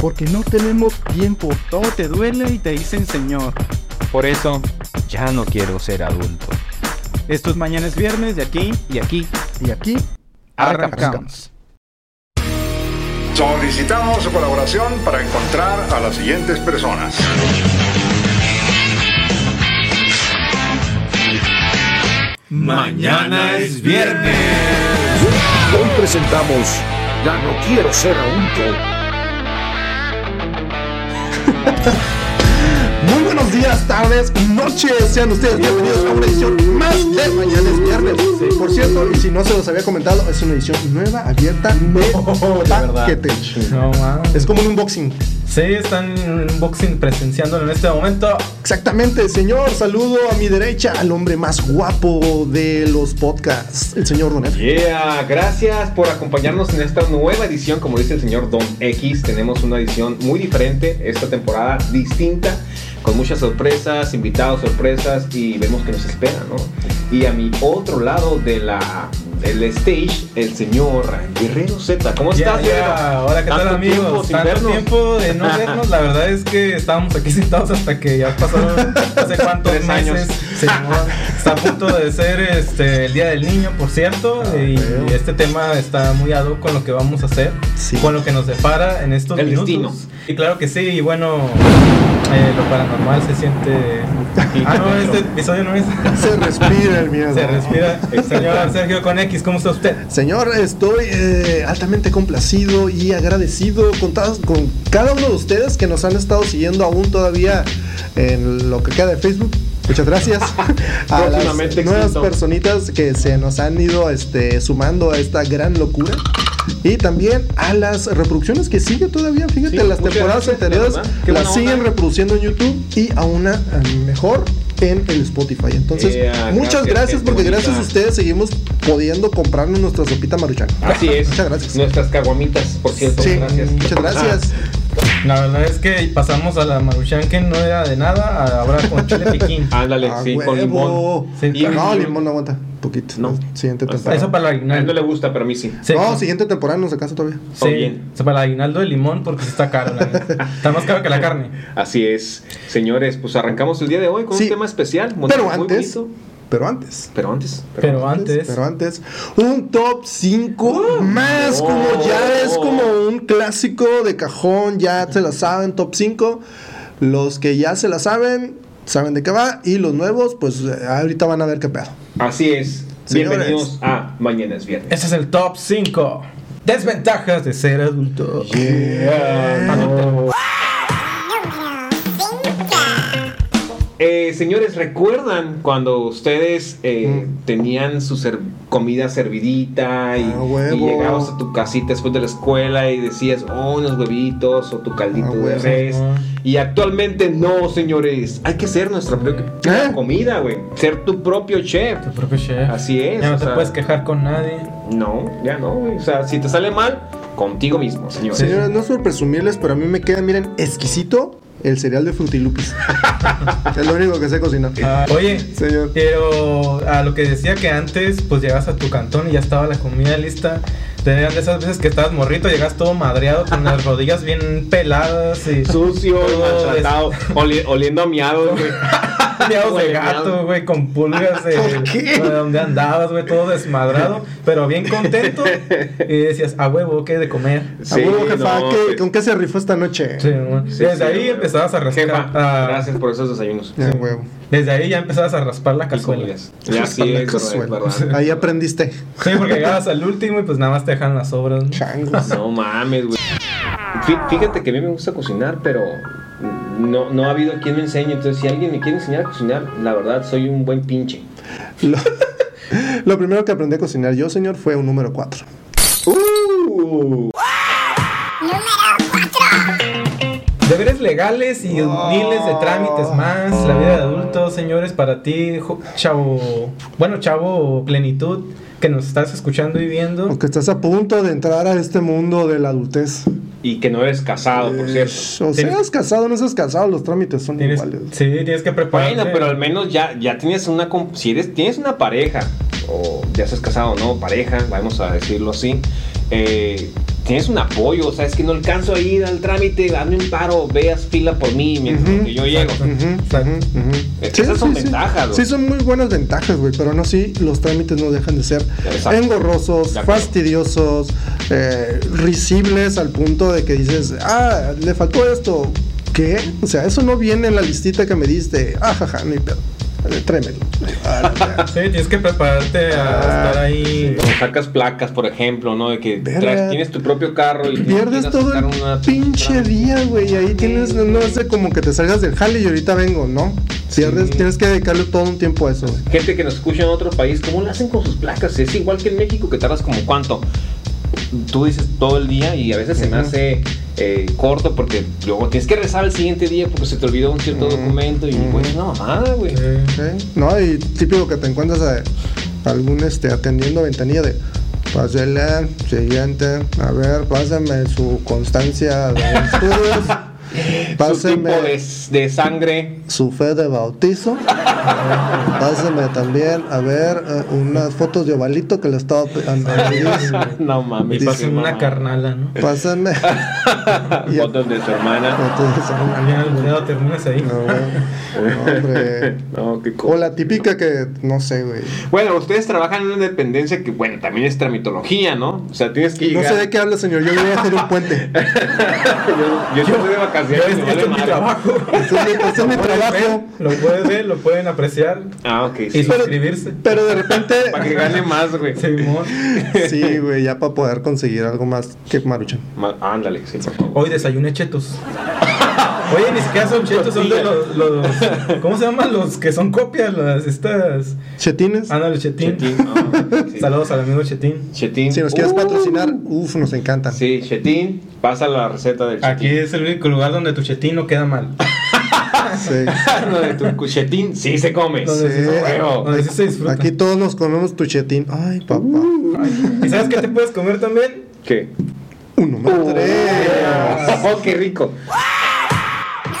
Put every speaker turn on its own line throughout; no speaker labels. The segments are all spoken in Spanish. porque no tenemos tiempo.
Todo te duele y te dicen señor.
Por eso, ya no quiero ser adulto.
Estos mañanas viernes de aquí y aquí.
Y aquí
Arrancamos.
Solicitamos su colaboración para encontrar a las siguientes personas.
Mañana es viernes.
Hoy presentamos Ya no quiero ser adulto.
Muy buenos días, tardes y noches. Sean ustedes bienvenidos a una edición más de Mañana es Viernes. Por cierto, y si no se los había comentado, es una edición nueva, abierta,
Oh,
de paquete.
No mames.
Es como un unboxing.
Sí, están en un boxing presenciándolo en este momento.
Exactamente, señor. Saludo a mi derecha al hombre más guapo de los podcasts, el señor Don F.
Yeah, gracias por acompañarnos en esta nueva edición. Como dice el señor Don X, tenemos una edición muy diferente esta temporada, distinta, con muchas sorpresas, invitados, sorpresas y vemos que nos espera, ¿no? Y a mi otro lado de la del stage, el señor Guerrero Z. ¿Cómo
Ya,
estás,
ya.
Guerrero?
Hola, ¿qué tal,
Tanto
amigos?
tiempo sin
Tanto
vernos.
tiempo de no vernos. La verdad es que estábamos aquí sentados hasta que ya pasaron no sé cuántos
Tres
meses.
años.
Sí, ¿no? está a punto de ser este, el Día del Niño, por cierto.
Ah,
y
veo.
este tema está muy ad hoc con lo que vamos a hacer,
Sí.
con lo que nos depara en estos
El
minutos.
destino.
Y claro que sí, y bueno, eh, lo paranormal se siente. Ah, no, este episodio no es.
Se respira el miedo.
Se respira. Señor Sergio con X, ¿cómo está usted?
Señor, estoy eh, altamente complacido y agradecido con, todas- con cada uno de ustedes que nos han estado siguiendo aún todavía en lo que queda de Facebook. Muchas gracias a las
Próximamente
nuevas
extinto.
personitas que se nos han ido este, sumando a esta gran locura. Y también a las reproducciones que sigue todavía, fíjate,
Sí,
las
muchas
temporadas
gracias, la
anteriores
verdad. Qué
las
buena
siguen
onda.
reproduciendo en YouTube y a una eh, mejor en el Spotify. Entonces,
Ea,
muchas
gracias,
gracias
gente
porque gracias a
bonita.
ustedes ustedes seguimos pudiendo comprarnos nuestra sopita maruchan.
Así es.
Muchas gracias.
Nuestras caguamitas, por Ah, cierto.
Sí,
gracias. Ah,
Muchas gracias.
La verdad es que pasamos a la maruchan que no era de nada, a ahora con chile piquín.
Ah, ándale,
A
sí,
huevo.
con limón.
Sí,
Y-
no, limón no aguanta. Poquito.
No.
Siguiente temporada.
Eso para el
A él no le
aguinaldo.
gusta, pero a mí sí.
Sí,
no, siguiente temporada no se casa todavía.
sí,
Oh, bien.
eso para el aguinaldo de limón porque sí está caro. la neta. está más caro que la carne.
Así es, señores, pues arrancamos el día de hoy con
Sí.
un tema especial. mon-
Pero
muy
antes-
bonito.
Pero antes.
Pero antes. ¡Oh!
Pero antes,
Pero antes. Un top 5 más.
no.
Como ya es como un clásico de cajón. Ya se la saben. Top 5. Los que ya se la saben, saben de qué va. Y los nuevos, pues eh, ahorita van a ver qué pedo.
Así es.
Señores.
Bienvenidos a Mañana es Viernes.
ese es el top 5. Desventajas de ser adulto.
Eh, señores, ¿recuerdan cuando ustedes eh, tenían su ser- comida servidita y,
Mm. Ah, huevo.
y llegabas a tu casita después de la escuela y decías, oh, unos huevitos o tu caldito
Ah,
de
huevo.
res? Y actualmente no, señores. Hay que ser nuestra propia
¿Eh?
comida, güey. Ser tu propio chef.
Tu propio chef.
Así es,
Ya no
o
te
sea-
puedes quejar con nadie.
No, ya no, güey. O sea, si te sale mal, contigo mismo, señor.
Señores, no es por presumirles, pero a mí me queda, miren, exquisito el cereal de Frutilupis. es lo único que sé cocinar.
Ah, oye,
Eh, Señor.
pero a lo que decía que antes, pues llegabas a tu cantón y ya estaba la comida lista. Tenían de esas veces que estabas morrito, llegas todo madreado con las rodillas bien peladas y
Sucio,
todo
maltratado, oli- oliendo a miados, güey.
Miados de
Huele
gato,
miado.
güey, con pulgas de,
¿Por qué?
de donde andabas, güey, todo desmadrado, pero bien contento. Y decías, a huevo, ¿qué de comer?
Sí,
a huevo, jefa,
no,
¿qué-
pues.
¿con qué se rifó esta noche?
Sí, güey.
Sí,
desde
sí,
ahí
güey.
empezabas a rascar.
Jefa,
a-
gracias por esos desayunos.
A huevo.
Desde ahí ya empezabas a raspar la
Y
cazuela.
comidas. Ya sí es,
Cazuela.
verdad, es verdad.
Ahí aprendiste.
Sí, porque llegabas al último y pues nada más te dejan las sobras. ¿no?
Changos.
No mames, güey. Fí- Fíjate que a mí me gusta cocinar, pero no, no ha habido quien me enseñe. Entonces, si alguien me quiere enseñar a cocinar, la verdad, soy un buen pinche.
Lo, lo primero que aprendí a cocinar yo, señor, fue un número 4.
¡Uh!
Deberes legales y miles de trámites más. La vida de adulto, señores, para ti, jo- chavo. Bueno, chavo, plenitud, que nos estás escuchando y viendo.
Porque estás a punto de entrar a este mundo de la adultez.
Y que no eres casado, por cierto.
O seas casado o no seas casado, los trámites son
Tienes,
iguales.
sí, tienes que prepararte.
Bueno, pero al menos ya, ya tienes una. com- Si eres, tienes una pareja, o ya seas casado o no, pareja, vamos a decirlo así, eh, tienes un apoyo, o sea, es que no alcanzo a ir al trámite, hazme un paro, veas fila por mí mientras
Ujú.
que yo llego.
Ujú, ujú, ujú.
Es que esas son ventajas, güey.
Sí, son muy buenas ventajas, güey. Pero no, sí, los trámites no dejan de ser
Exacto.
engorrosos,
De acuerdo.
fastidiosos, eh, risibles al punto de que dices, ah, le faltó esto. ¿Qué? O sea, eso no viene en la listita que me diste. Ah, jaja, ni pedo. Eh, Tráemelo. Ah, la verdad.
Sí, tienes que prepararte a
Ah,
estar ahí.
Cuando sacas placas, por ejemplo, ¿no? De que
Verga.
traes- tienes tu propio carro y tienes
Pierdes
que
todo el
sacar una-
pinche
una-
día, güey. y Ahí tienes, no es de como que te salgas del jale y ahorita vengo, ¿no? Pierdes, tienes que dedicarle todo un tiempo a eso. güey.
Gente que nos escucha en otro país, ¿cómo lo hacen con sus placas? Es igual que en México, que tardas como cuánto. Tú dices todo el día y a veces se me hace eh, corto porque luego tienes que rezar al siguiente día porque se te olvidó un cierto documento y pues es una mamada, güey.
Eh,
¿sí? No, y típico que te encuentras a algún este atendiendo ventanilla de pásele, siguiente, a ver, pásame su constancia de estudios,
Su tipo de,
pásame
de sangre.
su fe de bautizo, pásame también, a ver, eh, unas fotos de ovalito que le estaba pidiendo.
no mames.
y pasen
qué
una
mamada.
carnala, ¿no?
Pásame Y-
Fotos de su hermana.
fotos de esa-
Al final del video terminas ahí.
No, güey. No, hombre.
No, qué cosa.
O la típica que, no sé, güey.
Bueno, ustedes trabajan en una dependencia que, bueno, también es tramitología, ¿no? O sea, tienes que
No
llegar.
sé de qué habla, señor. Yo voy a hacer un puente.
yo, yo estoy de vacaciones.
Yo,
me
esto
vale
es mi
madre.
trabajo.
Este es mi, este es mi trabajo.
Lo pueden ver, lo pueden apreciar
Ah, ok.
y
sí.
suscribirse.
Pero de repente.
Para que gane más, güey.
Simón.
Sí, güey, ya para poder conseguir algo más que Maruchan.
Ma- Ándale, sí, por favor.
Hoy desayuné chetos. Oye, ni siquiera son chetos, son de los, los- ¿Cómo se llaman los que son copias? Las estas.
Chetines.
Ah,
Ándale, Chetín.
Chetín. ah, sí.
Saludos al amigo Chetín.
Chetín.
Si nos quieres
Uh,
patrocinar, uff, nos encantan.
Sí, Chetín. Pasa la receta del
Aquí
Chetín.
es el único lugar donde tu Chetín no queda mal.
Sí.
Lo de tu Chetín sí se come.
Donde,
Sí.
sí,
Huevo.
donde sí se disfruta.
Aquí todos nos comemos tu chetín. Ay, papá.
Uh.
¿Y sabes qué te puedes comer también?
¿Qué?
Uno más tres.
Oh, qué rico. Oh.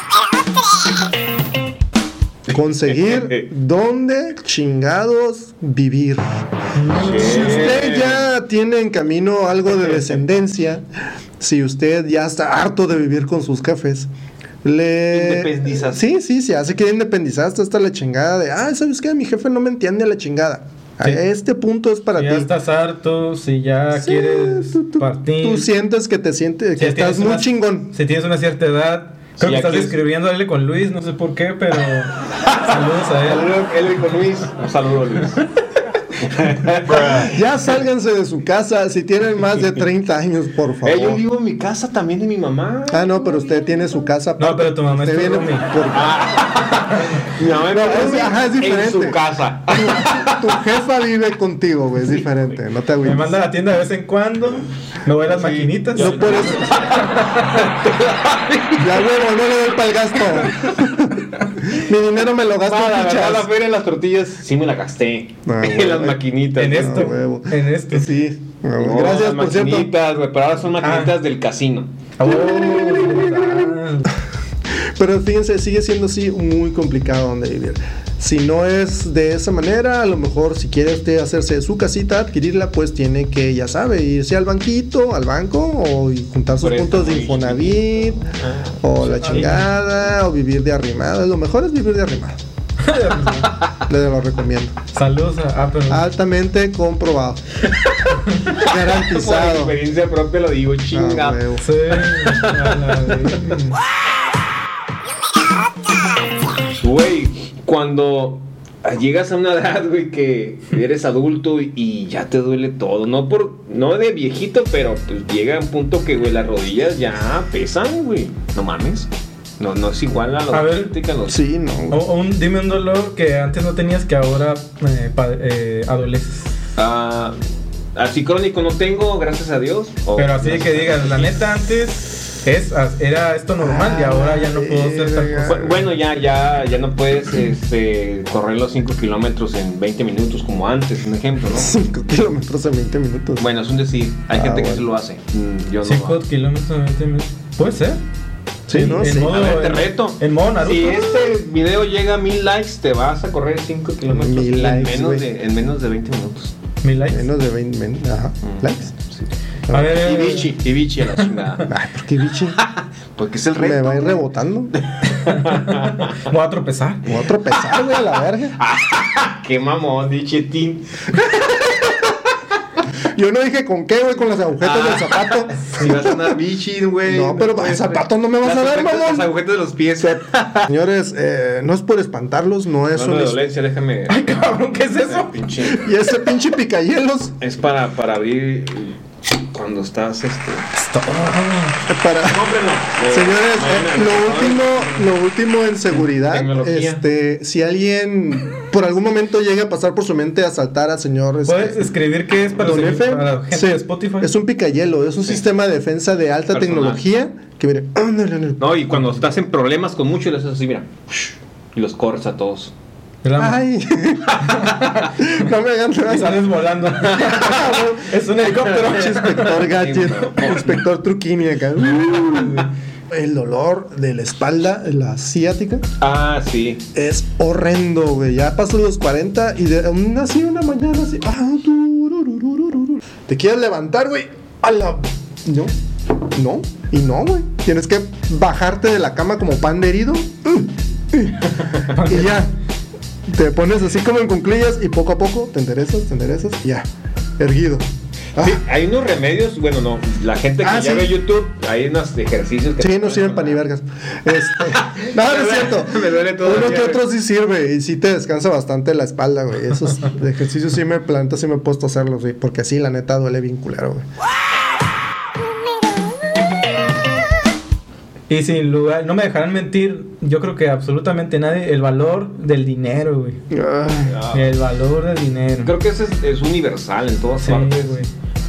Conseguir dónde chingados vivir.
Eh.
Si usted ya tiene en camino algo de descendencia, si usted ya está harto de vivir con sus jefes, le.
Independizaste.
Sí, sí, se hace que independizaste hasta la chingada de, ah, ¿sabes qué? Mi jefe no me entiende a la chingada. A
Sí.
este punto es para
Si
ti.
ya estás harto, si ya
Sí,
quieres
tú- tú-
partir.
Tú sientes que te sientes,
si
que
ya tienes
estás muy
una-
chingón.
Si tienes una cierta edad. Creo
Sí,
que estás
aquí es-
escribiendo dale con Luis, no sé por qué, pero saludos a él.
Saludos, él y con Luis. Un saludo, Luis.
Ya sálganse de su casa si tienen más de 30 años, por favor.
Eh, yo vivo en mi casa también de mi mamá.
Ah, no, pero usted tiene su casa.
No, pero tu mamá
usted
es tu
viene
roomie.
por-
Mi mamá
No,
vive
es- ajá, es
en su
diferente.
casa.
tu, tu jefa vive contigo, güey, es diferente. No te
Me
agüites.
manda a la tienda de vez en cuando, me voy a las maquinitas.
No puedes. ya, huevo, no le doy para el gasto. Mi dinero me lo gasto
Ah, la
en
verdad, la
fichas.
feria de las tortillas sí me la gasté.
Ah,
en las
güey.
maquinitas.
En
¿no?
esto,
huevo.
en esto.
Sí. Ah,
No,
Gracias,
las
por cierto. Ah.
maquinitas, güey, pero ahora son maquinitas del casino.
Oh, ah.
Pero fíjense, sigue siendo así muy complicado donde vivir. Si no es de esa manera, a lo mejor si quiere usted hacerse su casita, adquirirla, pues tiene que, ya sabe, irse al banquito, al banco, o y juntar sus
Préstamo
puntos de
y-
Infonavit, o la chingada, o vivir de arrimada. Lo mejor es vivir de arrimada. Les lo recomiendo.
Ah, Saludos a ah, pero
Altamente comprobado.
Por
Garantizado.
experiencia propia lo digo, chinga.
Ah, huevo.
sí, a la vez.
Güey, cuando llegas a una edad, güey, que eres adulto y ya te duele todo. No por, no de viejito, pero pues llega un punto que, güey, las rodillas ya pesan, güey. No mames. No, no es igual a los
A ver.
20, a los-
Sí, no.
O-
Oh.
güey.
o un- dime un dolor que antes no tenías que ahora eh, pa- eh, adoleces.
Ah, así crónico no tengo, gracias a Dios. O-
Pero así de
no
que
sé.
digas, la neta antes es, as- era esto normal y ahora ya no puedo hacer tal
verga.
cosa.
Bu- Bueno, ya, ya, ya no puedes este, correr los 5 kilómetros en 20 minutos como antes, un ejemplo, ¿no?
5 kilómetros en 20 minutos.
Bueno, es un decir. Hay
Ah,
gente que
bueno.
se lo hace. Mm, Yo no.
5 kilómetros en 20 minutos. ¿Puede ser?
Sí, no,
en
sí.
modo-
A ver, te
en-
reto.
En modo Naruto.
Si este video llega a mil likes, te vas a correr 5 kilómetros
Mil
en,
likes,
menos
güey.
de, en menos de 20 minutos. Mm,
Mi like.
Menos de 20 men- ajá, likes.
Mm. A ver,
Y bichi, y bichi a la chingada.
Ay, ¿por qué bichi?
Porque es el
Me
reto.
va a ir
güey.
rebotando.
voy a tropezar.
Me va a tropezar, güey, a la verga.
Qué mamón, bichetín.
Yo no dije con qué, güey, con las agujetas
Ah.
del zapato.
Si vas a andar bichi, güey.
No, pero
puedes,
el zapato no me vas
Las
a dar,
agujetas-
mamón.
Las agujetas de los pies.
Señores, eh, no es por espantarlos, no es
No,
un.
de dolencia, déjame.
Ay, cabrón, ¿qué es eso?
Pinche.
Y ese pinche picayelos
Es para, para abrir cuando estás este.
eh, para.
Cómprenlo.
Señores, eh,
Vayan al
lo
mercado.
último, lo último en seguridad,
Tecnología.
este, si alguien por algún momento llega a pasar por su mente a asaltar al señor, este,
¿Puedes escribir qué es para,
Don
seguir-
F,
para la gente
sí,
de Spotify?
es un picayelo, es un sistema de defensa de alta
Personal.
tecnología que mire, ándale, ándale.
No, y cuando estás en problemas con muchos, les haces así, mira. Y los corres a todos.
El amo.
ay, no me hagan
Y sales volando. es un helicóptero.
Pinche inspector gadget, inspector truquini acá. El dolor de la espalda, la ciática,
Ah, sí.
es horrendo, güey. Ya pasan los 40 y de aún así una mañana así. ah, turururururu. Te quieres levantar, güey. A la. No. No. Y no, güey. Tienes que bajarte de la cama como pan de herido. Uh, uh. y ya. Te pones así como en cunclillas y poco a poco te enderezas, te enderezas y ya. Erguido. Ah.
Sí, hay unos remedios, bueno, no, la gente que
Ah,
ya
sí.
ve YouTube, hay unos ejercicios que...
Sí, no sirven para ni vergas. Este, no, no es cierto.
Me duele todo
Uno
el
que
día,
otro sí sirve y sí te descansa bastante la espalda, güey. Esos ejercicios sí me planta, sí me he puesto a hacerlos, güey. Porque sí, la neta duele bien culero, güey.
Y sin lugar, no me dejarán mentir, yo creo que absolutamente nadie, el valor del dinero, güey.
Ay,
Ah,
El valor del dinero.
Creo que eso es, es universal en todas
Sí,
partes.
güey.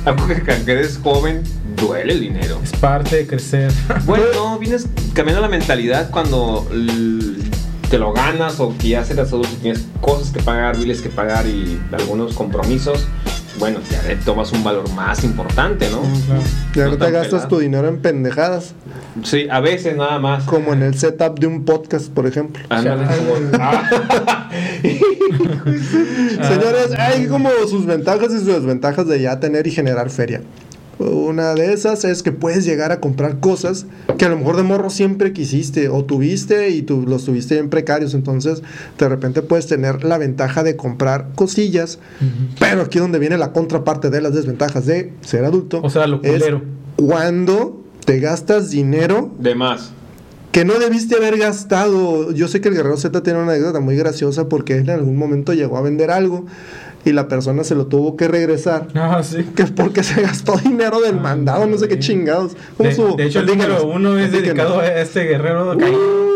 Algo que cuando eres joven, duele el dinero.
Es parte de crecer.
Bueno, no, vienes cambiando la mentalidad cuando l- te lo ganas o que ya eres adulto y tienes cosas que pagar, biles que pagar y algunos compromisos. Bueno, ya le tomas un valor más importante, ¿no?
ya
No
no te
tan
gastas
pelado.
tu dinero en pendejadas.
Sí, a veces nada más.
Como en el setup de un podcast, por ejemplo.
Ándale, como- Ah.
Ah.
Señores, hay como sus ventajas y sus desventajas de ya tener y generar feria. Una de esas es que puedes llegar a comprar cosas que a lo mejor de morro siempre quisiste o tuviste y tú los tuviste bien precarios. Entonces, de repente puedes tener la ventaja de comprar cosillas. Pero aquí donde viene la contraparte de las desventajas de ser adulto.
O sea, lo
es
culero.
Cuando te gastas dinero
De más.
que no debiste haber gastado. Yo sé que el Guerrero Z tiene una anécdota muy graciosa porque él en algún momento llegó a vender algo y la persona se lo tuvo que regresar.
Ah, sí.
Que es porque se gastó dinero del
Ah,
mandado, no sé qué
sí.
chingados. ¿Cómo
De,
estuvo?
de hecho, el
Platícanos,
número uno es
platícanos.
dedicado a este guerrero caído.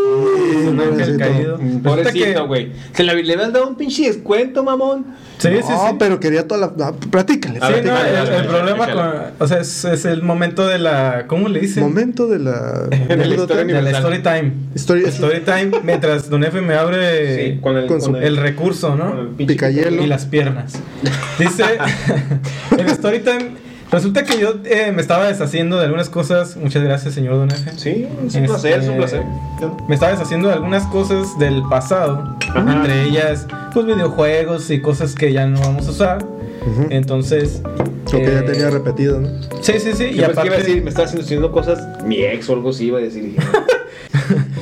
Es un ángel
pobrecito.
Mm,
caído.
pues
Resulta que-
Pobrecito, güey. Se le, le habías dado un pinche descuento, mamón.
Sí, sí,
No,
sí.
Ah, pero quería toda la. ah, platícale.
A
Sí,
ver,
no,
dale,
el,
dale,
el
dale,
problema
explícale.
con. O sea, es, es el momento de la. ¿Cómo le dicen?
Momento de la.
De la
anécdota.
historia
De la
universal.
story time.
Story-
Story time mientras Don F me abre
Sí, Eh, con el,
con su-
el recurso,
con el
¿no?
pinche
Picayelo.
Y las piernas. Dice. el story time. Resulta que yo eh, me estaba deshaciendo de algunas cosas. Muchas gracias, señor Don F.
Sí, es un placer, es un placer.
Me estaba deshaciendo de algunas cosas del pasado.
Ajá.
Entre ellas, pues videojuegos y cosas que ya no vamos a usar.
Ujú.
Entonces.
Lo que ya
eh,
tenía repetido, ¿no?
Sí, sí, sí.
Y
Y
aparte, iba a
aparte,
decir, me estás haciendo cosas, mi ex o algo así iba a decir.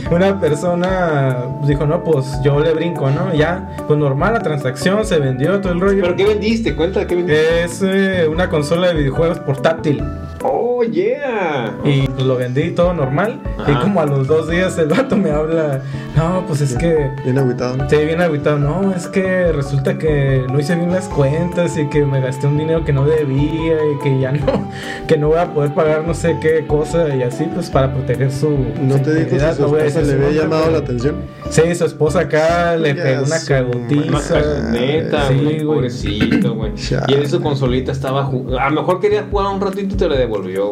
una persona dijo, no, pues yo le brinco, ¿no? Ya, pues normal, la transacción se vendió, todo el rollo.
¿Pero qué vendiste? Cuenta, ¿qué vendiste?
Es eh, una consola de videojuegos portátil.
Oh, yeah.
Y pues, lo vendí todo normal. Y
Ajá.
como a los dos días el vato me habla. No, pues es que.
Bien aguitado. ¿no?
Estoy bien agüitado. No, es que resulta que no hice bien las cuentas y que me gasté un dinero que no debía y que ya no. Que no voy a poder pagar no sé qué cosa y así, pues para proteger su.
No
su
te dijo
integridad,
si su
no voy a
esposa
decir
le
su
había
nombre,
llamado
pero-
la atención.
Sí, su esposa acá le
Ya Ah,
pegó una
su
Más
cagotiza.
neta,
sí,
güey,
güey.
pobrecito, güey.
Chale.
Y él en su consolita estaba jugando. A lo mejor quería jugar un ratito y te la devolvió, güey.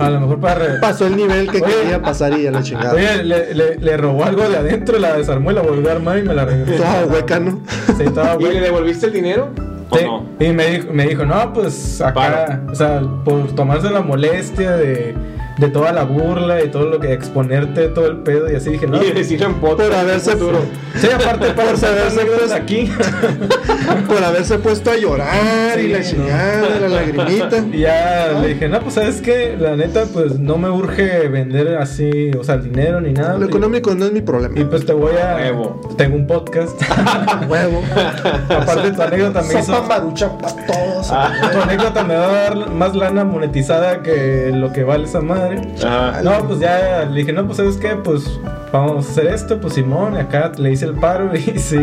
A lo mejor para. re-
Pasó el nivel que quería pasar y a la chingada.
Oye, le, le- le robó algo de adentro, la desarmó y la volvió a armar y me la regresó.
Toda hueca, ¿no?
Sí, estaba
¿Y le
hueca.
devolviste el dinero? ¿O
Sí,
no?
Y me dijo, me dijo, no, pues acá,
Paga.
o sea, por tomarse la molestia de, de toda la burla, de todo lo que exponerte, de todo el pedo. Y así dije, no. pues,
Y decir en voto.
Por haberse,
Sí, aparte para saber negros aquí.
por haberse puesto a llorar y
Sí,
la
no.
chingada, la lagrimita.
Y ya le dije, no, pues sabes que la neta, pues no me urge vender así, o sea, el dinero ni nada.
Lo
Y-
económico no es mi
Y
problema.
pues te voy a.
Huevo.
Tengo un podcast.
Huevo.
Aparte, tu anécdota me hizo. Ah.
Sopa marucha para todos.
Tu anécdota me va a dar más lana monetizada que lo que vale esa madre.
Ajá.
No, pues ya le dije, no, pues sabes qué, pues vamos a hacer esto, pues Simón, y acá le hice el paro y sí.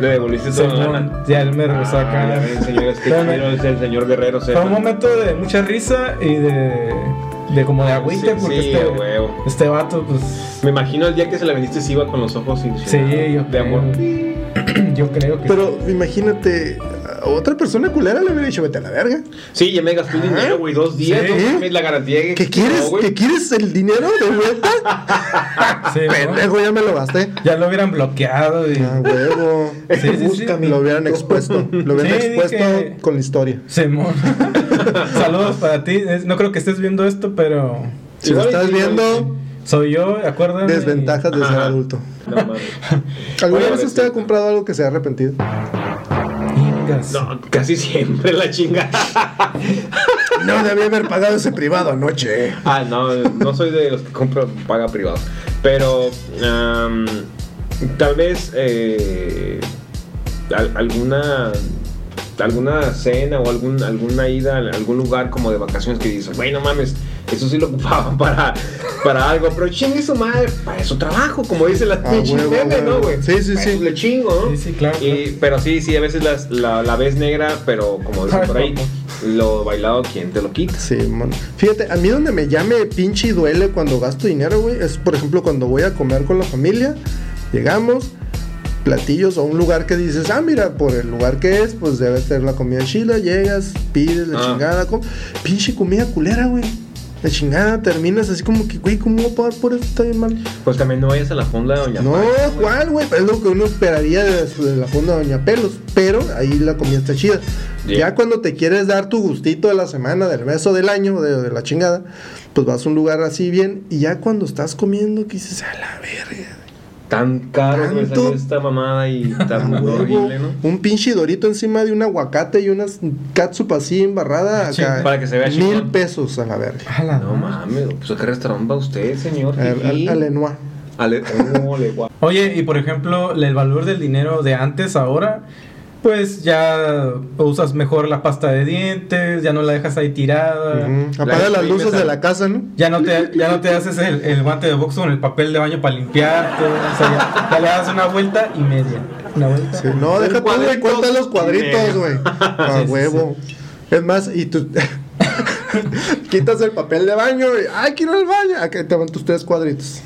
Le devolviste toda la lana.
Simón, ya él me regresó
Ah,
acá.
ya ven, señores, qué
Fue un-
chido es el señor Guerrero.
Fue
Ceja.
un momento de mucha risa y de. de como de agüite,
Sí,
porque
sí,
este,
a huevo.
este vato, pues.
Me imagino el día que se la vendiste si iba con los ojos ilusionados.
Sí, yo
De amor.
creo. Yo creo que.
Pero imagínate, a otra persona culera le hubiera dicho, vete a la verga.
Sí, ya me gasté dinero, güey. Dos días,
Sí.
no mames, la garantía. que-
¿Qué quieres?
No, güey.
¿Qué quieres el dinero de vuelta?
Sí, ¿no?
Pendejo, ya me lo gasté.
Ya lo hubieran bloqueado y.
Ah, huevo.
Sí, sí, sí.
Búscame. Lo hubieran expuesto. Lo hubieran
Sí,
expuesto
dije-
con la historia.
Simón. Saludos para ti. Es- No creo que estés viendo esto, pero
Si lo
Igual y
estás
sí,
viendo,
soy yo, acuérdate.
desventajas de ser
Ajá.
adulto.
No, mames.
¿Alguna
Oye,
vez
ahora
usted
sí.
ha comprado algo que se ha arrepentido?
pues,
No, casi siempre la chingada.
No debí haber pagado ese privado anoche.
Ah, no, no soy de los que compran paga privado. Pero am, tal vez eh, al- alguna alguna cena o algún, alguna ida a algún lugar como de vacaciones que dices, güey, no mames, eso sí lo ocupaba para, para algo, pero chingue su madre, para eso trabajo, como dice la
Ah,
pinche
huevo,
meme,
huevo.
¿no, güey?
Sí, sí,
Para
sí.
eso Le chingo, ¿no?
Sí, sí, claro,
Y-
claro.
Pero sí, sí, a veces las- la, la ves negra, pero como dicen por ahí, lo bailado, ¿quién te lo quita?
Sí, man. Fíjate, a mí donde me llame pinche y duele cuando gasto dinero, güey, es por ejemplo cuando voy a comer con la familia, llegamos, platillos o un lugar que dices, ah, mira, por el lugar que es, pues debe ser la comida chila, llegas, pides la
Ah.
chingada, com- pinche comida culera, güey. La chingada, terminas así como que, güey, ¿cómo voy a pagar por esto? Está bien mal.
Pues también no vayas a la fonda de Doña
No,
Pancha, güey.
¿cuál, güey? Es lo que uno esperaría de, su- de la fonda de Doña Pelos. Pero ahí la comida está chida.
Bien.
Ya cuando te quieres dar tu gustito de la semana, del beso del año, de, de la chingada, pues vas a un lugar así bien. Y ya cuando estás comiendo, que dices, a la verga.
Tan caro que me
Tanto.
salió esta mamada y
Ah,
tan horrible, ¿no?
Un pinche dorito encima de un aguacate y unas catsup así embarrada.
Sí,
acá,
para que se vea
Mil
chingón.
pesos a la verga.
A la
No
madre.
mames, pues ¿a qué restaurante va usted, señor?
Al, al,
Jijí.
al Lenoir.
Ale- Oh, le guau.
Oye, y por ejemplo, el valor del dinero de antes ahora, pues ya usas mejor la pasta de dientes, ya no la dejas ahí
Ujú.
tirada.
Ah, La
Apaga
gente
las
ahí
luces
me
de
sale.
la casa, ¿no?
Ya no, te, ya no te haces el, el guante de box con el papel de baño para limpiarte. O sea, ya, ya le das una vuelta y media. Una vuelta.
Sí, Eh, no,
Un
deja tú, güey,
cuadrito
cuenta los cuadritos,
y medio.
güey. A
Sí, sí,
huevo. Es más, y tú quitas el papel de baño, güey. Ay, quiero el baño. Acá te van tus tres cuadritos.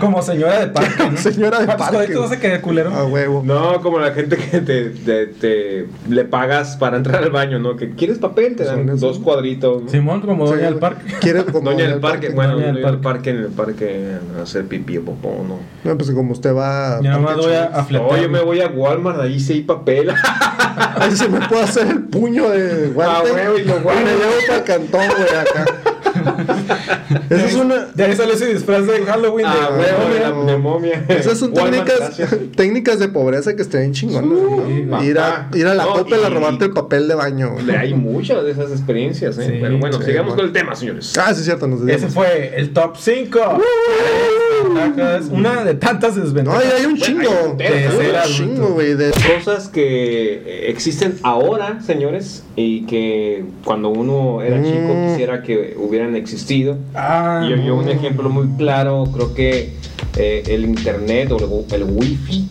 Como señora de parque. ¿no? Ah, pues,
Señora de parque,
¿Cuántos
Ah,
cuadritos
güey.
vas a quedar, culero?
A huevo.
No, como la gente que te, te- te- le pagas para entrar al baño, ¿no? Que quieres papel, te dan
Pues Son eso.
dos cuadritos. ¿no?
Simón, como
Sí,
doña del
güey.
parque.
Quiere como
Doña del parque, bueno,
Doña
doña
del
del parque en el parque a hacer pipí o popó, ¿no?
No, pues como usted va.
Yo nomás
Parque
voy a,
Chávez.
a fletear,
No, yo me
güey.
voy a Walmart, ahí sí hay papel.
Ahí se me puede hacer el puño de guante.
A huevo, y lo guardo.
Me llevo para el cantón, güey, acá. Esa es una.
De ahí salió su disfraz de Halloween. de-
Ah, huevo, de, la- de momia.
Esas son
Eh, Walmart,
técnicas,
gracias.
técnicas de pobreza que estén chingonas. ¿no?
papá.
ir, a, ir a la
Ah, No,
Coppel a
y-
robarte el papel de baño. güey.
Le- Hay muchas de esas experiencias, ¿eh?
Sí,
Pero bueno,
sí,
sigamos
bueno.
con el tema, señores.
Ah, sí, es cierto, nos
Ese
desviamos.
fue el top 5. Una de tantas
No, ahí
desventajas.
Uh. hay un chingo.
hay un
Hay
tercero,
un
adulto.
chingo, güey. de-
Cosas que eh, existen ahora, señores, y que cuando uno era
Mm.
chico quisiera que hubieran existido.
Ah,
Y yo, yo un ejemplo muy claro, creo que eh, el internet o el, el wifi,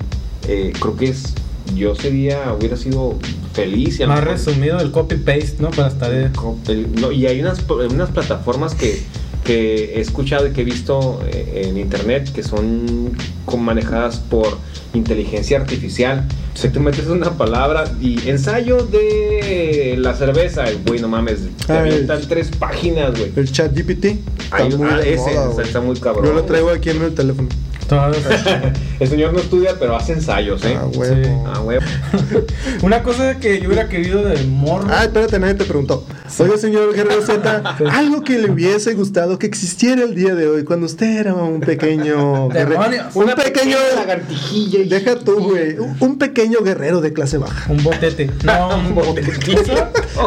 eh, creo que es, yo sería, hubiera sido feliz. y a lo
más
mejor-
resumido el copy paste, ¿no? Para estar eh, de-
El- no, y hay unas, pl- unas plataformas que, que he escuchado y que he visto eh, en internet que son con- manejadas por inteligencia artificial. O sea, tú metes una palabra y ensayo de la cerveza, y, güey, no mames, te
Ay.
avientan tres páginas, güey.
El chat GPT. Está
Hay un-
muy
ah,
de
ese,
moda,
está-
güey.
está muy cabrón.
Yo lo traigo aquí en el teléfono.
Todas.
El señor no estudia, pero hace ensayos, ¿eh?
Ah, huevo.
Sí.
Ah, huevo.
Una cosa que yo hubiera querido de morro.
Ah, espérate, nadie te preguntó. Oye, señor Guerrero Z, algo que le hubiese gustado que existiera el día de hoy, cuando usted era un pequeño guerrero.
Demonios,
Un
una
pequeño.
lagartijilla.
Deja tú, güey. Un- Un pequeño guerrero de clase baja.
Un botete. No, un
botete.
botete.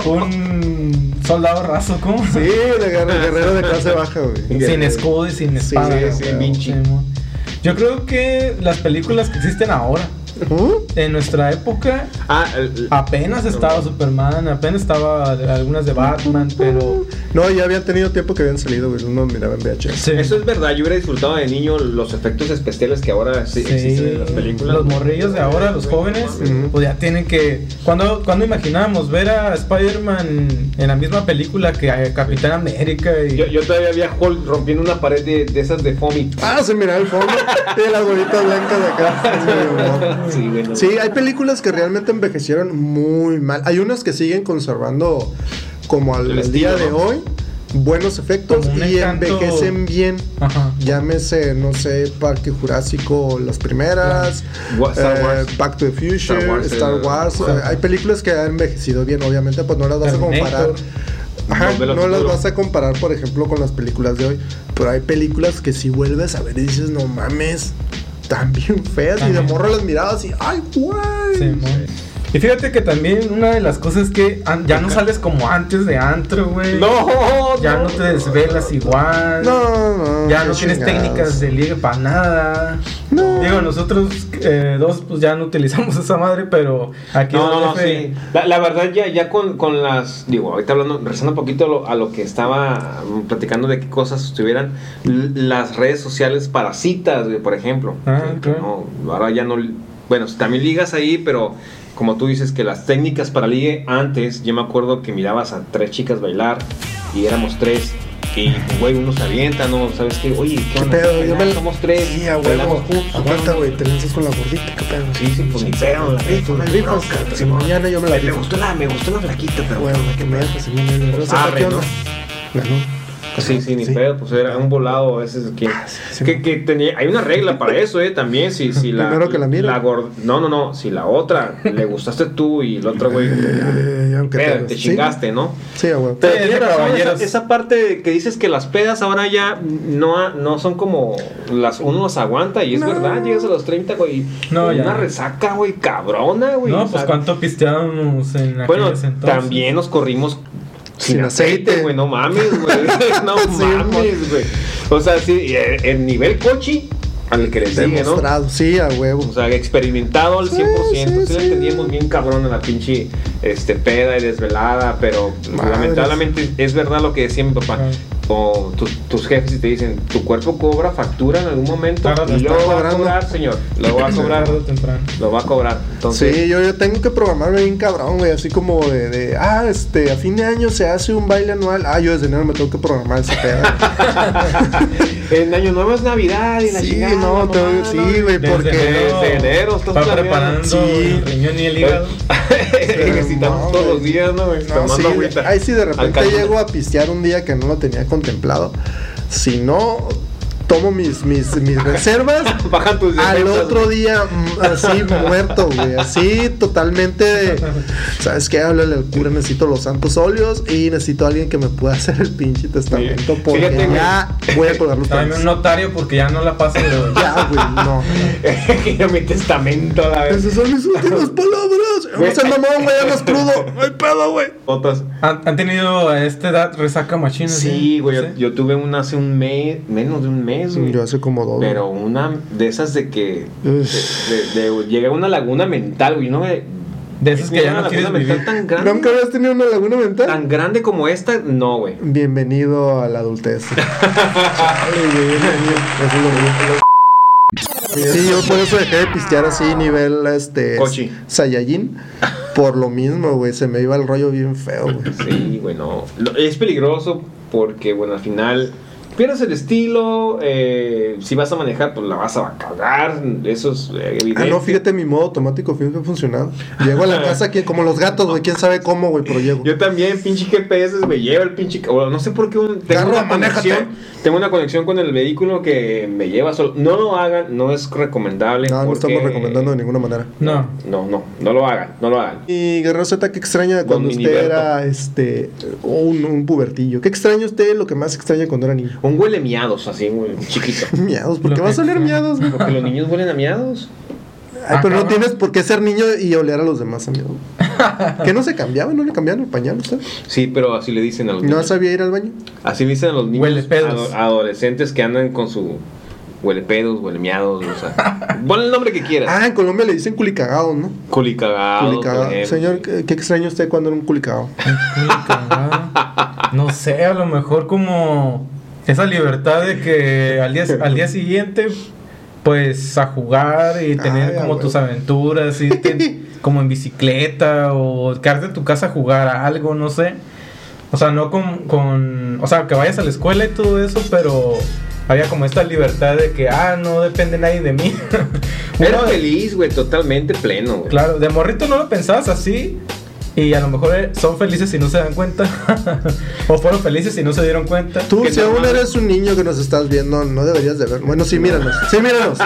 un soldado raso, ¿cómo?
Sí, de guerre- guerrero de clase baja, güey.
Sin escudo y sin
Sí,
espada.
sí,
güey.
Vinci.
mon. Yo creo que las películas que existen ahora,
¿Mm?
en nuestra época,
Ah, el-
apenas estaba Superman, apenas estaba algunas de Batman, pero.
No, ya habían tenido tiempo que habían salido, güey. Uno miraba en VHS.
Sí.
eso es verdad. Yo hubiera disfrutado de niño los efectos especiales que ahora sí,
Sí,
existen en las películas.
Los morrillos de ahora, los jóvenes,
Ujú.
pues ya tienen que. Cuando, cuando imaginábamos ver a Spider-Man en la misma película que a Capitán América y.
Yo, yo todavía había Hulk rompiendo una pared de, de esas de foamy.
Ah, se miraba el fondo. y las bolitas blancas de acá.
Sí, güey, no.
Sí, hay películas que realmente envejecieron muy mal. Hay unas que siguen conservando como al
El estilo,
día de
¿no?
hoy buenos efectos
Como un
y
encanto-
envejecen bien.
Ajá.
Llámese, no sé, Parque Jurásico, las primeras,
Wa- Star
eh,
Wars.
Back to the Future, Star
Star
Wars.
Wars, eh,
eh, hay películas que han envejecido bien, obviamente, pues no las vas a comparar.
Terminator.
Ajá,
Volver al
no las
futuro.
vas a comparar, por ejemplo, con las películas de hoy. Pero hay películas que si vuelves a ver y dices, no mames, están bien feas. Y de
Ajá.
morro las miradas y, ay, güey.
Sí, mon. Y fíjate que también una de las cosas es que an- ya no sales como antes de antro, güey.
No,
Ya no te desvelas igual.
no, no.
Ya
qué
no tienes
chingados.
técnicas de liga para nada.
No.
Digo, nosotros eh, dos pues ya no utilizamos esa madre, pero aquí
No,
en
no, no,
DF,
sí. La, la verdad, ya, ya con, con las. Digo, ahorita hablando, regresando un poquito a lo, a lo que estaba mm, platicando de qué cosas estuvieran. l- Las redes sociales para citas, güey, por ejemplo.
Ah,
Que- que
claro.
no, ahora ya no. Bueno, también ligas ahí, pero como tú dices que las técnicas para ligue antes, yo me acuerdo que mirabas a tres chicas bailar y éramos tres. Y, güey, uno se avienta, ¿no? ¿Sabes qué? Oye, ¿qué
¿Qué
onda?
pedo? Yo
Bailar,
me
Somos tres.
Sí, a
bailamos
huevo.
juntos,
Aguanta,
¿no?
güey, te lanzas con la gordita, qué pedo.
Sí, sí, pues ni pedo, la rifo, la rifo.
Si mañana yo me la
Me
rifo.
gustó la, me gustó la flaquita, pero
Bueno, que me pues, dejas en un libro.
Arre, ¿no?
Ganó.
Sí, sí, ni
Sí. Ah,
pedo, pues era un volado a veces que,
sí.
que, que tenía, hay una regla para eso, eh, también si, si la,
Primero que la mire.
gor- no, no, no, si la otra le gustaste tú y la otra güey,
Eh, aunque
pedo,
hagas.
te chingaste, ¿no?
Sí, a huevo.
Pero
Sí, es de
tienes razón, esa,
caballeros.
esa parte que dices que las pedas ahora ya no, ha- no son como las uno las aguanta y es verdad, llegas a los 30, güey,
No,
con
ya.
una resaca, güey, cabrona, güey.
No,
o
pues
sea,
cuánto pisteábamos en aquellos
bueno,
entonces.
también nos corrimos sin,
Sin aceite.
aceite, güey, no mames, güey. No
Sí,
mames, güey. O sea, sí, y el, el nivel cochi al que le sigue, ¿no?
Demostrado, sí, a
O
huevo.
sea, experimentado al
Sí,
100%.
sí,
Sí, la
sí.
teníamos bien cabrón a la pinche este, peda y desvelada, pero
Madres.
lamentablemente es verdad lo que decía mi papá.
Ajá.
O tus, tus jefes y te dicen, tu cuerpo cobra factura en algún momento
Claro, lo
y
está
luego va a
cobrando.
cobrar, señor. Lo va a cobrar,
Tarde o temprano.
lo va a cobrar. Entonces,
Sí, yo, yo tengo que programarme bien cabrón, güey, así como de, de, ah, este, a fin de año se hace un baile anual, ah, yo desde enero me tengo que programar esa peda.
en Año Nuevo es Navidad y la
sí,
chingada,
no,
mamá,
tengo- sí, güey,
Desde
porque...
enero. desde enero estás
va
planeando.
preparando
Sí.
el riñón y el hígado.
Ejercitamos
no,
todos
güey.
los días, ¿no? güey?
No,
Tomando
sí,
agüita.
ahí sí de repente
Alcalde.
llego a pistear un día que no lo tenía contemplado, si no, tomo mis, mis, mis reservas
Bajan tus
Al
defensas,
otro día, mm, así muerto, güey. Así totalmente. ¿Sabes qué? Háblale al cura. Necesito los santos óleos y necesito a alguien que me pueda hacer el pinche testamento.
Sí.
Porque
Fíjate, güey.
ya voy a colgar los
También un
pelos.
notario porque ya no la paso de
Ya, güey, no.
Yo mi testamento, la vez.
Esas son mis últimas palabras.
Güey.
Vamos a ser mamón, güey. Ya no es crudo. No hay pedo, güey.
Otras.
¿Han, han tenido a esta edad resaca machina.
Sí, güey.
¿Sí?
yo- Yo tuve una hace un mes, menos de un mes, güey.
Yo hace como dos.
Pero una de esas de que.
Uf.
De, de- de- llegué a una laguna mental, güey. No me.
De esas que ya
una
no quieres
laguna
vivir.
mental tan
güey. ¿Nunca
grande.
habías tenido una laguna mental?
Tan grande como esta, no, güey.
Bienvenido a la adultez. Chale, güey, bienvenido. Eso es lo mío. Sí, yo por eso dejé de pistear así nivel este
Cochi.
Saiyajin. Por lo mismo, güey, se me iba el rollo bien feo, güey.
Sí, güey, no. Lo- Es peligroso porque, bueno, al final pierdes el estilo, eh, si vas a manejar, pues la vas a cagar, eso es eh,
Ah,
evidente.
no, fíjate, mi modo automático fíjate, ha funcionado. Llego a la casa aquí como los gatos, güey. Quién sabe cómo, güey, pero llego.
Yo también, pinche GPS, me lleva el pinche... o no sé por qué un- tengo,
Carro,
una
manéjate.
conexión, tengo una conexión con el vehículo que me lleva solo. No lo hagan, no es recomendable.
No, no
porque-
estamos recomendando de ninguna manera.
No.
No, no, no lo hagan, no lo hagan.
Y Guerrero Z, qué extraña cuando
Don
usted
Miniberto.
era este un, un pubertillo. Qué extraña usted lo que más extraña cuando era niño.
Un huele miados, así, güey, chiquito.
Miados, ¿por
Lo
qué
que
vas a oler
extraña.
miados, güey?
Porque los niños huelen a miados.
Ay,
Ah,
pero no
Ajá.
tienes por qué ser niño y oler a los demás, amigo. Que no se cambiaba, no le cambiaban el pañal, usted.
Sí, pero así le dicen a los
No
niños.
sabía ir al baño.
Así le dicen a los niños
Huele pedos.
ado- adolescentes que andan con su huele pedos, huele miados, o sea, ponle el nombre que quieras.
Ah, en Colombia le dicen culicagado, ¿no?
Culicagado.
Culicagado.
por ejemplo.
Ah, Señor, qué, qué extraña usted cuando era un culicagado.
Uy, cagada. No sé, a lo mejor como esa libertad de que al día, al día siguiente, pues a jugar y tener
Ay, a
como
huevo.
tus aventuras, irte como en bicicleta o quedarte en tu casa a jugar a algo, no sé. O sea, no con, con- O sea, que vayas a la escuela y todo eso, pero había como esta libertad de que, ah, no depende nadie de mí.
Era
eh.
Uno-
feliz, güey, totalmente pleno, güey.
Claro, de morrito no lo pensabas así. Y a lo mejor eh, son felices y no se dan cuenta. o fueron felices y no se dieron cuenta.
Tú,
Qué
si aún
normal.
eres un niño que nos estás viendo, no deberías de ver. Bueno, sí, míranos. Sí, míranos.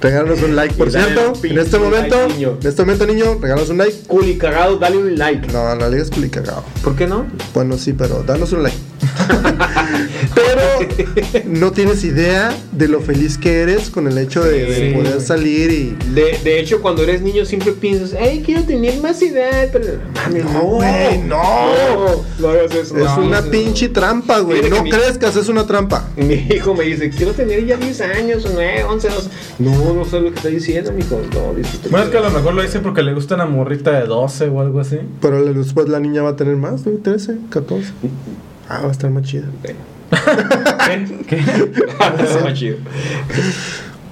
Regálanos un like, por
Y dale
cierto.
un
En este
pinche
momento,
like, niño.
en este momento, niño, regálanos un like.
Culicagado, dale un like.
No, no le digas culicagado.
¿Por qué no?
Bueno, sí, pero danos un like. pero no tienes idea de lo feliz que eres con el hecho de, de
Sí.
poder salir y.
De, de hecho, cuando eres niño siempre piensas, hey, quiero tener más edad, pero... Mames,
No, güey, no.
No, no hagas eso.
Es
No,
una
no, no.
pinche trampa, güey.
Mira que
No
mi-
crezcas, es una trampa.
Mi hijo me dice, quiero tener ya 10 años, 9, 11, 12. No, no sé lo que está diciendo, mijo. No, dice,
Bueno, es que a lo mejor lo hice porque le gusta una morrita de 12 o algo así.
Pero la- después la niña va a tener más, güey, 13, 14. Ah, va a estar más chida.
¿Qué? ¿Qué?
Está más chido.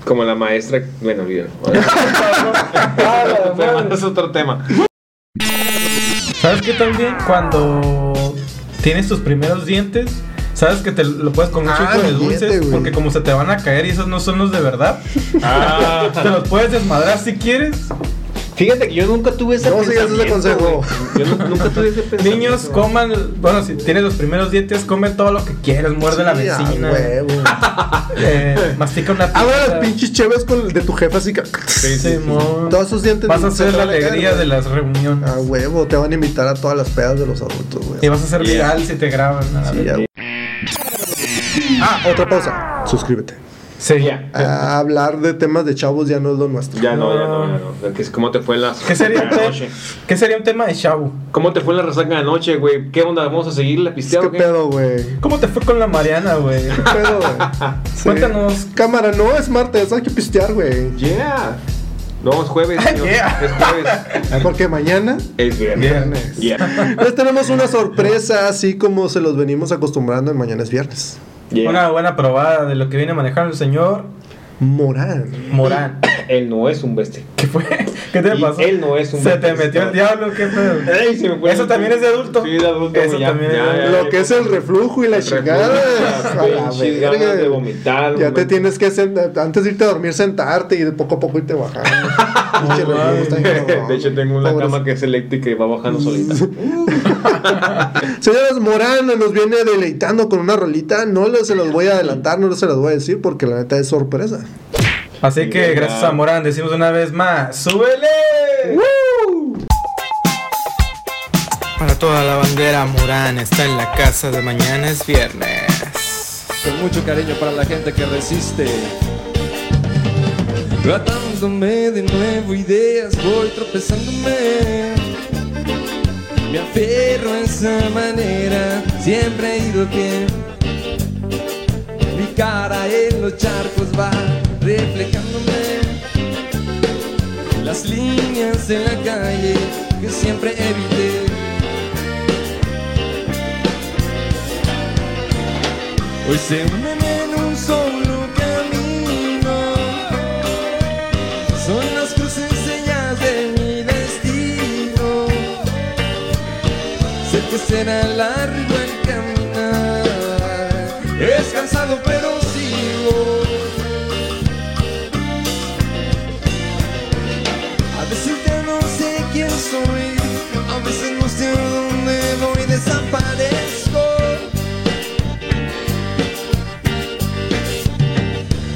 Como la maestra, bueno, bien. Pero es otro tema.
¿Sabes qué también? Cuando tienes tus primeros dientes, sabes que te lo puedes comer
Ah,
chico de
el diente,
dulces
güey.
porque como se te van a caer y esos no son los de verdad,
Ah.
te los puedes desmadrar si quieres.
Fíjate que yo nunca tuve ese
No sigas ese
pensamiento,
consejo.
güey. Yo nu- nunca tuve ese pensamiento.
Niños, coman, bueno, si tienes los primeros dientes, come todo lo que quieras, muerde la
Sí, ah,
vecina.
huevo.
Eh, mastica una pizza.
Ahora las pinches chéves con de tu jefa así que.
Simón.
Todos sus dientes.
Vas a
se te
ser la
van a caer,
alegría
güey.
de las reuniones.
Ah, huevo, te van a invitar a todas las pedas de los adultos,
Y
güey.
vas a ser
Yeah.
viral si te graban. a la
Sí,
vez.
ya, güey. Ah, otra pausa. Suscríbete.
Sí.
Ya.
Ah, hablar de temas de chavos ya no es lo nuestro.
Ya no, ya no, ya no. Que es- ¿Cómo te fue la
¿Qué sería, un
la
te-
noche?
¿Qué sería un tema de Shabu?
¿Cómo te fue la resaca de anoche, güey? ¿Qué onda? ¿Vamos a seguir la
Es
pisteada
que
o qué?
pedo, güey. ¿Qué
¿Cómo te fue con la Mariana, güey?
pedo, güey? Sí.
Cuéntanos.
Cámara, no es martes, hay que pistear, güey.
Yeah. No, es jueves,
Ah,
señor.
yeah.
Es jueves.
Porque mañana
Es viernes.
Viernes.
Yeah.
les tenemos una sorpresa, así como se los venimos acostumbrando en Mañana es Viernes.
Yeah.
Una buena probada de lo que viene manejando el señor
Morán.
Morán.
Él no es un bestia.
¿Qué fue? ¿Qué te
Y
pasó?
él no es un
Se te
buen
metió el
pescador.
diablo, qué pedo.
Ey, se me fue
Eso
el-
también es de adulto.
Sí, de adulto.
Eso
güey, ya,
también es
ya,
de
ya,
adulto.
Lo que es el reflujo y la chingada.
Las
A la
pinches ganas
verga.
de vomitar,
Ya te
güey.
tienes que sentar, antes de irte a dormir, sentarte y de poco a poco irte bajando. Pinche
No,
reflujo, está bien cabrón.
De hecho, tengo una
Pobres-
cama que es eléctrica y va bajando solita.
Señores, Morán nos viene deleitando con una rolita. No les- se los voy a adelantar, no se los voy a decir porque la neta es sorpresa.
Así que
Mira.
gracias a Morán decimos una vez más, ¡súbele! Para toda la bandera Morán está en la casa de mañana es viernes.
con mucho cariño para la gente que resiste. Tratándome de nuevo ideas, voy tropezándome. Me aferro a esa manera, siempre he ido bien. Mi cara en los charcos va reflejándome. Las líneas de la calle que siempre evité. Hoy se unen en un solo camino. Son las cruces señas de mi destino. Sé que será largo el caminar. Es caminar. cansado pero sigo. A veces ya no sé quién soy, a veces no sé a dónde voy, desaparezco.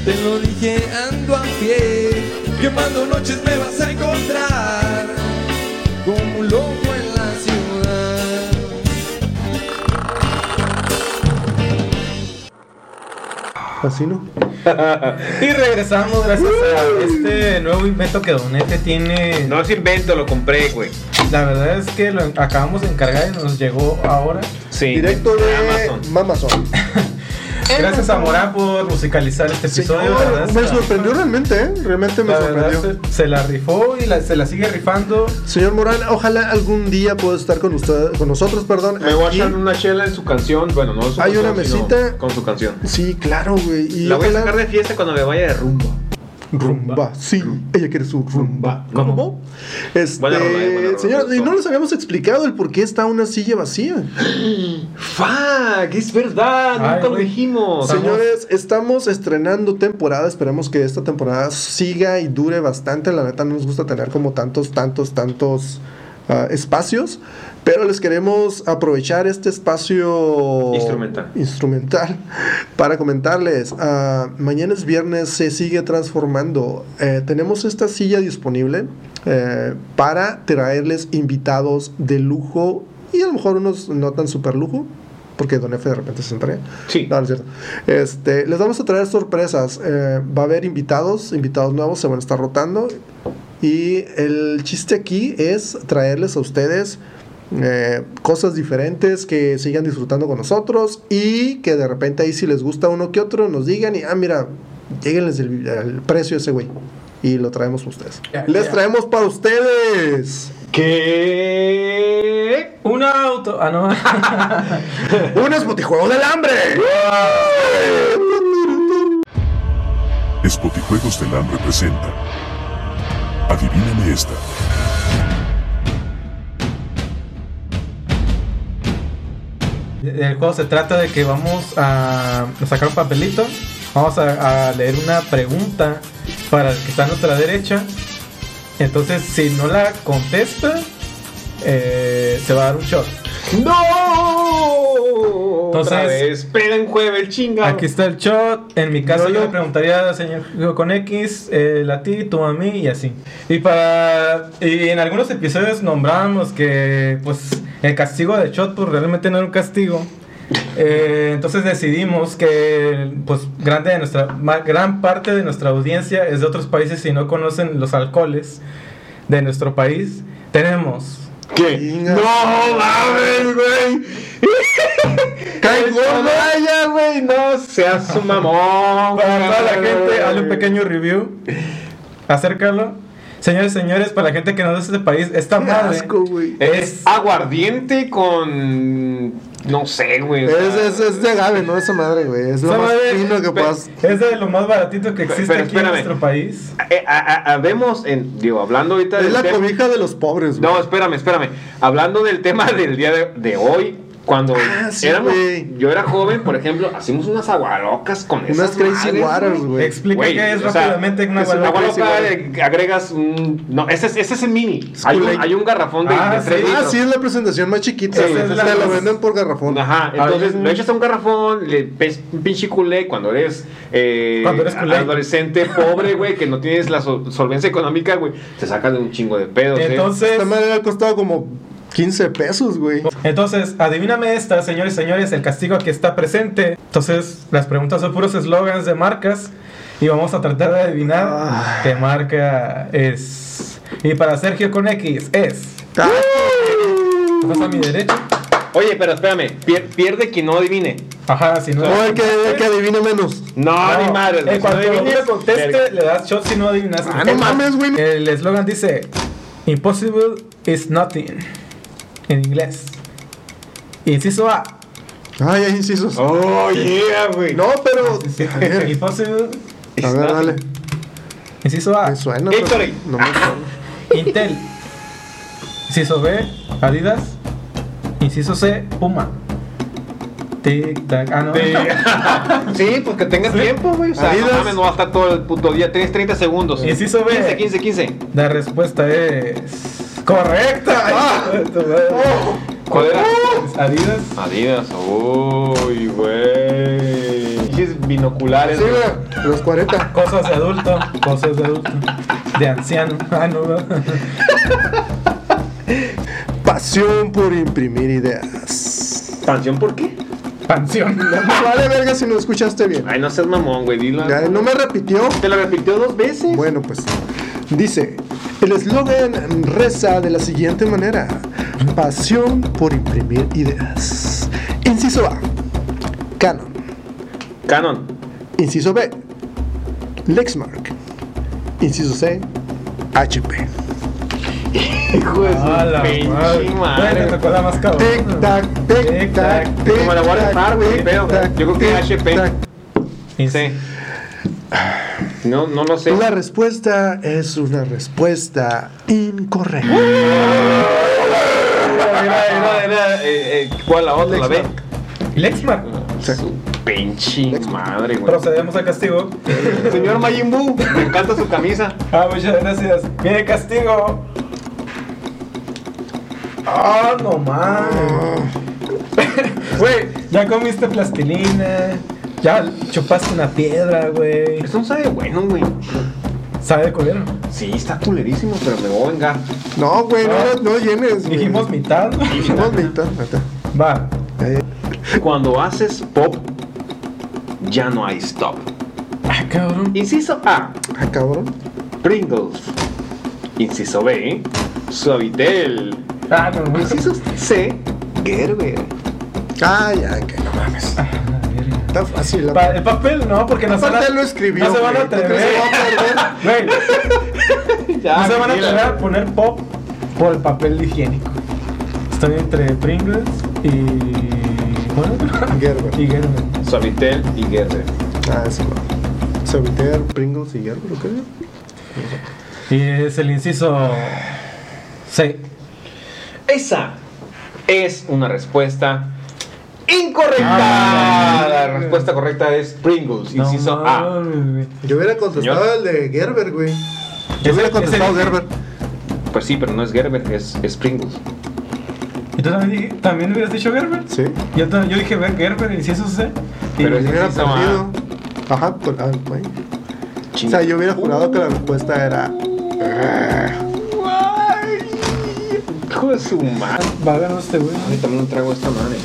Te lo dije, ando a pie, quemando noches me vas a encontrar, como un loco en la ciudad.
Así no.
Y regresamos gracias a este nuevo invento que Donete tiene.
No es invento, lo compré, güey.
La verdad es que lo acabamos de encargar y nos llegó ahora.
Sí.
Directo de
Amazon.
Mamazon.
Gracias a Morán por musicalizar este episodio. la verdad
me
se la-
sorprendió realmente, ¿eh? Realmente me
la verdad
sorprendió.
se, se la rifó y la- se la sigue rifando.
Señor Morán, ojalá algún día pueda estar con usted, con nosotros, perdón.
Me voy a
aquí.
echar una chela en su canción. Bueno, no en su
Hay
canción,
una
sino
mesita.
Con su canción.
Sí, claro, güey. Y
La voy a
ojalá-
sacar de fiesta cuando me vaya de rumba.
Rumba, sí, ella quiere su rumba. ¿Cómo? Este,
Buena rola, eh, buena rola,
señor,
me
y
gustó.
no les habíamos explicado el por qué está una silla vacía. Mm.
¡Fuck! ¡Es verdad!
Ay,
¡Nunca lo
güey.
dijimos!
Estamos-
Señores, estamos estrenando temporada. Esperemos que esta temporada siga y dure bastante. La neta no nos gusta tener como tantos, tantos, tantos ah, espacios. Pero les queremos aprovechar este espacio
Instrumental.
instrumental para comentarles. ah, mañana es viernes, se sigue transformando. Eh, tenemos esta silla disponible eh, para traerles invitados de lujo y a lo mejor unos no tan super lujo. Porque Don F de repente se entrega.
Sí.
No, no es cierto. Este, les vamos a traer sorpresas. Eh, va a haber invitados, invitados nuevos, se van a estar rotando. Y el chiste aquí es traerles a ustedes eh, cosas diferentes que sigan disfrutando con nosotros y que de repente ahí si les gusta uno que otro nos digan y, ah, mira, lleguenles el, el precio a ese güey. Y lo traemos para ustedes.
Ya,
les
ya.
traemos para ustedes
¿Qué?
Un auto. Ah, no.
un espotijuego del hambre.
Spotijuegos del Hambre presenta. Adivíname esta.
El juego se trata de que vamos a sacar un papelito, vamos a, a leer una pregunta para el que está a nuestra derecha. Entonces, si no la contesta, eh, se va a dar un shot.
¡No! Otra
Entonces-
vez. Peda en jueves, chinga.
Aquí está el shot. En mi caso,
No,
yo
no.
le preguntaría, señor, yo con X, eh, a ti, tú a mí y así. Y para. Y en algunos episodios nombrábamos que, pues, el castigo de shot, pues realmente no era un castigo. Eh, entonces decidimos que, pues, grande de nuestra, ma- gran parte de nuestra audiencia es de otros países y no conocen los alcoholes de nuestro país. Tenemos.
¿Qué?
Chinga.
¡No mames, güey!
Cae gordo.
¡Vaya, güey! ¡No seas un mamón!
Para toda la gente, hazle
hazle
un pequeño review. Acércalo. Señores, señores, para la gente que no es de este país, esta
Qué
madre
asco, güey.
es.
Es aguardiente con. No sé, güey. o
Es,
sea,
es, es de agave, ¿no? Esa madre, güey. Es lo
esta
más
madre
fino que puedas.
Es de lo más baratito que
Pero,
existe
pero
aquí en
espérame.
nuestro país.
eh, a- a- a- vemos en. Digo, hablando ahorita
Es
del
la
tema-
cobija de los pobres, güey.
No, espérame, espérame. Hablando del tema del día de, de hoy, cuando
Ah, sí,
éramos-
güey.
yo era joven, por ejemplo, hacíamos unas agualocas con esas
Unas crazy
madres,
waters,
güey.
güey.
Explica
Güey,
qué es
o sea,
rápidamente una
es una
La
guadalupe.
guadalupe.
gualoca eh, agregas un... No, ese es, ese es el mini. Hay un,
Kool-Aid.
hay un garrafón de,
Ah,
de tres
sí.
Ah,
litros.
sí, es la presentación más chiquita,
Esa
güey.
es
Te
la
la
más-
venden por garrafón. Ah,
Ajá, entonces
Hay un-
lo echas a un garrafón, le ves un pinche culé cuando eres, eh,
Cuando eres culé.
adolescente pobre, güey, que no tienes la sol- solvencia económica, güey, te sacas de un chingo de pedos. ¿eh?
Entonces,
Esta madre ha costado como 15 pesos, güey.
entonces, adivíname esta, señores, señores, el castigo aquí está presente. Entonces, las preguntas son puros eslogans de marcas y vamos a tratar de adivinar
Ah.
qué marca es. Y para Sergio con X es. Estás a mi derecha.
Oye, pero espérame, pier- pierde quien no adivine.
Ajá, si no.
O el que, el que adivine menos.
No,
Ah, No,
ni madre.
En cuanto uno conteste, le das shot si no adivinaste.
Ah, no mames, güey.
El eslogan dice: Impossible is nothing. En inglés. Inciso A.
Ay, hay incisos.
Oh, yeah, güey.
No, pero. A ver,
Impossible.
a ver, dale.
Inciso A.
Me suena. pero
Gatorade.
No me suena.
Intel. Inciso B. Adidas. Inciso C. Puma. Tic tac. Ah, no.
Sí, pues que tengas tiempo, güey. O sea, no
Adidas.
mames, no va a estar todo el puto día. Tienes 30 segundos.
Y sí se ve.
15, 15, 15.
La respuesta es. ¡Correcta! Ay, tu madre.
¿Cuál era?
Adidas.
Uh. Adidas. Uy, güey. Pinches binoculares.
Sí, güey, los 40.
Cosas de adulto. Cosas de adulto. De anciano. Ah, no.
Pasión por imprimir ideas.
¿Canción por qué?
Pansión.
Vale, verga, si no escuchaste bien.
Ay, no seas mamón, güey. Dilo.
Ya, no me repitió.
Te lo repitió dos veces.
Bueno, pues dice, el eslogan reza de la siguiente manera, pasión por imprimir ideas. Inciso A, Canon.
Canon.
Inciso B, Lexmark. Inciso C, HP.
Hijo de su
A la
pinche
Bueno,
madre.
te tocó la más cabrón.
Tic tac, tic tac,
Tic-tac.
tic
Como la voy a rifar, güey,
tic,
pero
tac,
yo creo que
tic,
HP.
tac.
Sí. No, no lo sé. Ah,
La respuesta es una respuesta incorrecta.
Mira, mira, mira, mira, eh, eh, ¿Cuál la otra? ¿La B?
Lexmark.
Su pinche madre, güey.
Procedemos al castigo.
Señor Majin Buu, me encanta su camisa.
Ah, muchas gracias. Mire, castigo. Ah, no mames. Güey, ya comiste plastilina. Ya chupaste una piedra, güey.
Eso no sabe bueno, güey.
Sabe de culero.
Sí, está culerísimo, pero me voy a vengar.
No, güey, no, no llenes. güey.
Dijimos mitad.
Dijimos mitad, mitad.
Va.
Cuando haces pop, ya no hay stop.
Ah, cabrón.
Inciso A,
Ah, cabrón.
Pringles. Inciso B, Suavitel.
Ah, no mames.
Inciso C, Gerber.
Ah, ya, que no mames. Está fácil. La...
Pa- el papel no, porque no se
Aparte
van a-
él lo escribió.
No se van a
güey. ¿Tú crees
atrever.
que va a Ah, perder?
Güey,
Ya,
no se van a
mira.
atrever a poner pop por el papel higiénico. Estoy entre Pringles y. ¿Cuál otro?
Gerber.
Y Gerber.
Suavitel y Gerber.
Ah, eso no. Suavitel, Pringles y Gerber, ¿o qué?
Y es el inciso C.
Esa es una respuesta incorrecta.
Ah.
la respuesta correcta es Pringles, inciso
No
A.
mames, güey.
Yo hubiera contestado el de Gerber, güey. Yo
Es
hubiera
el-
contestado
es el-
Gerber.
Pues sí, pero no es Gerber, es, es Pringles.
¿Y tú también, dij- también hubieras dicho Gerber?
Sí.
Yo, ta- yo dije ver Gerber, inciso C. Y
Pero
Yo hubiera
Inciso A.
perdido. Ajá, con ah, güey. O sea, yo hubiera jurado que la respuesta era.
Hijo de su madre.
va a ganar este güey.
Ay, también no trago esta madre.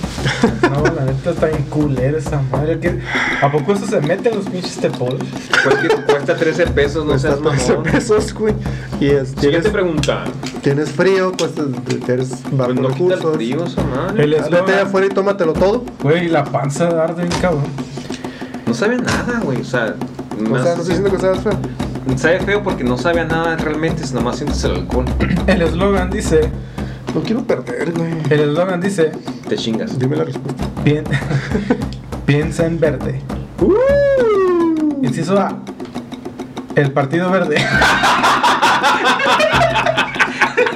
No, la neta está bien culera esa madre. ¿Qué- ¿A poco eso se mete en los pinches tepol?
Pues que cuesta 13 pesos, no
Cuesta
seas
12
mamón.
pesos, güey. Y es,
Siguiente
tienes,
pregunta.
tienes frío, pues, cuesta, tienes bajo
Pues no quita el
recursos. Ah,
frío, esa madre.
El
Vete allá
eslogan.
afuera y tómatelo todo.
Güey, la panza de arde bien cabrón.
No sabe a nada, güey. O sea,
O
más-
sea, no estoy diciendo que sea feo.
sabe feo porque no sabe a nada realmente, es nomás sientes el alcohol.
El eslogan dice,
No quiero perder, güey.
el eslogan dice,
Te chingas.
Dime la respuesta.
"Pien- piensa en verde.
¡Uh!
Inciso A. El partido verde.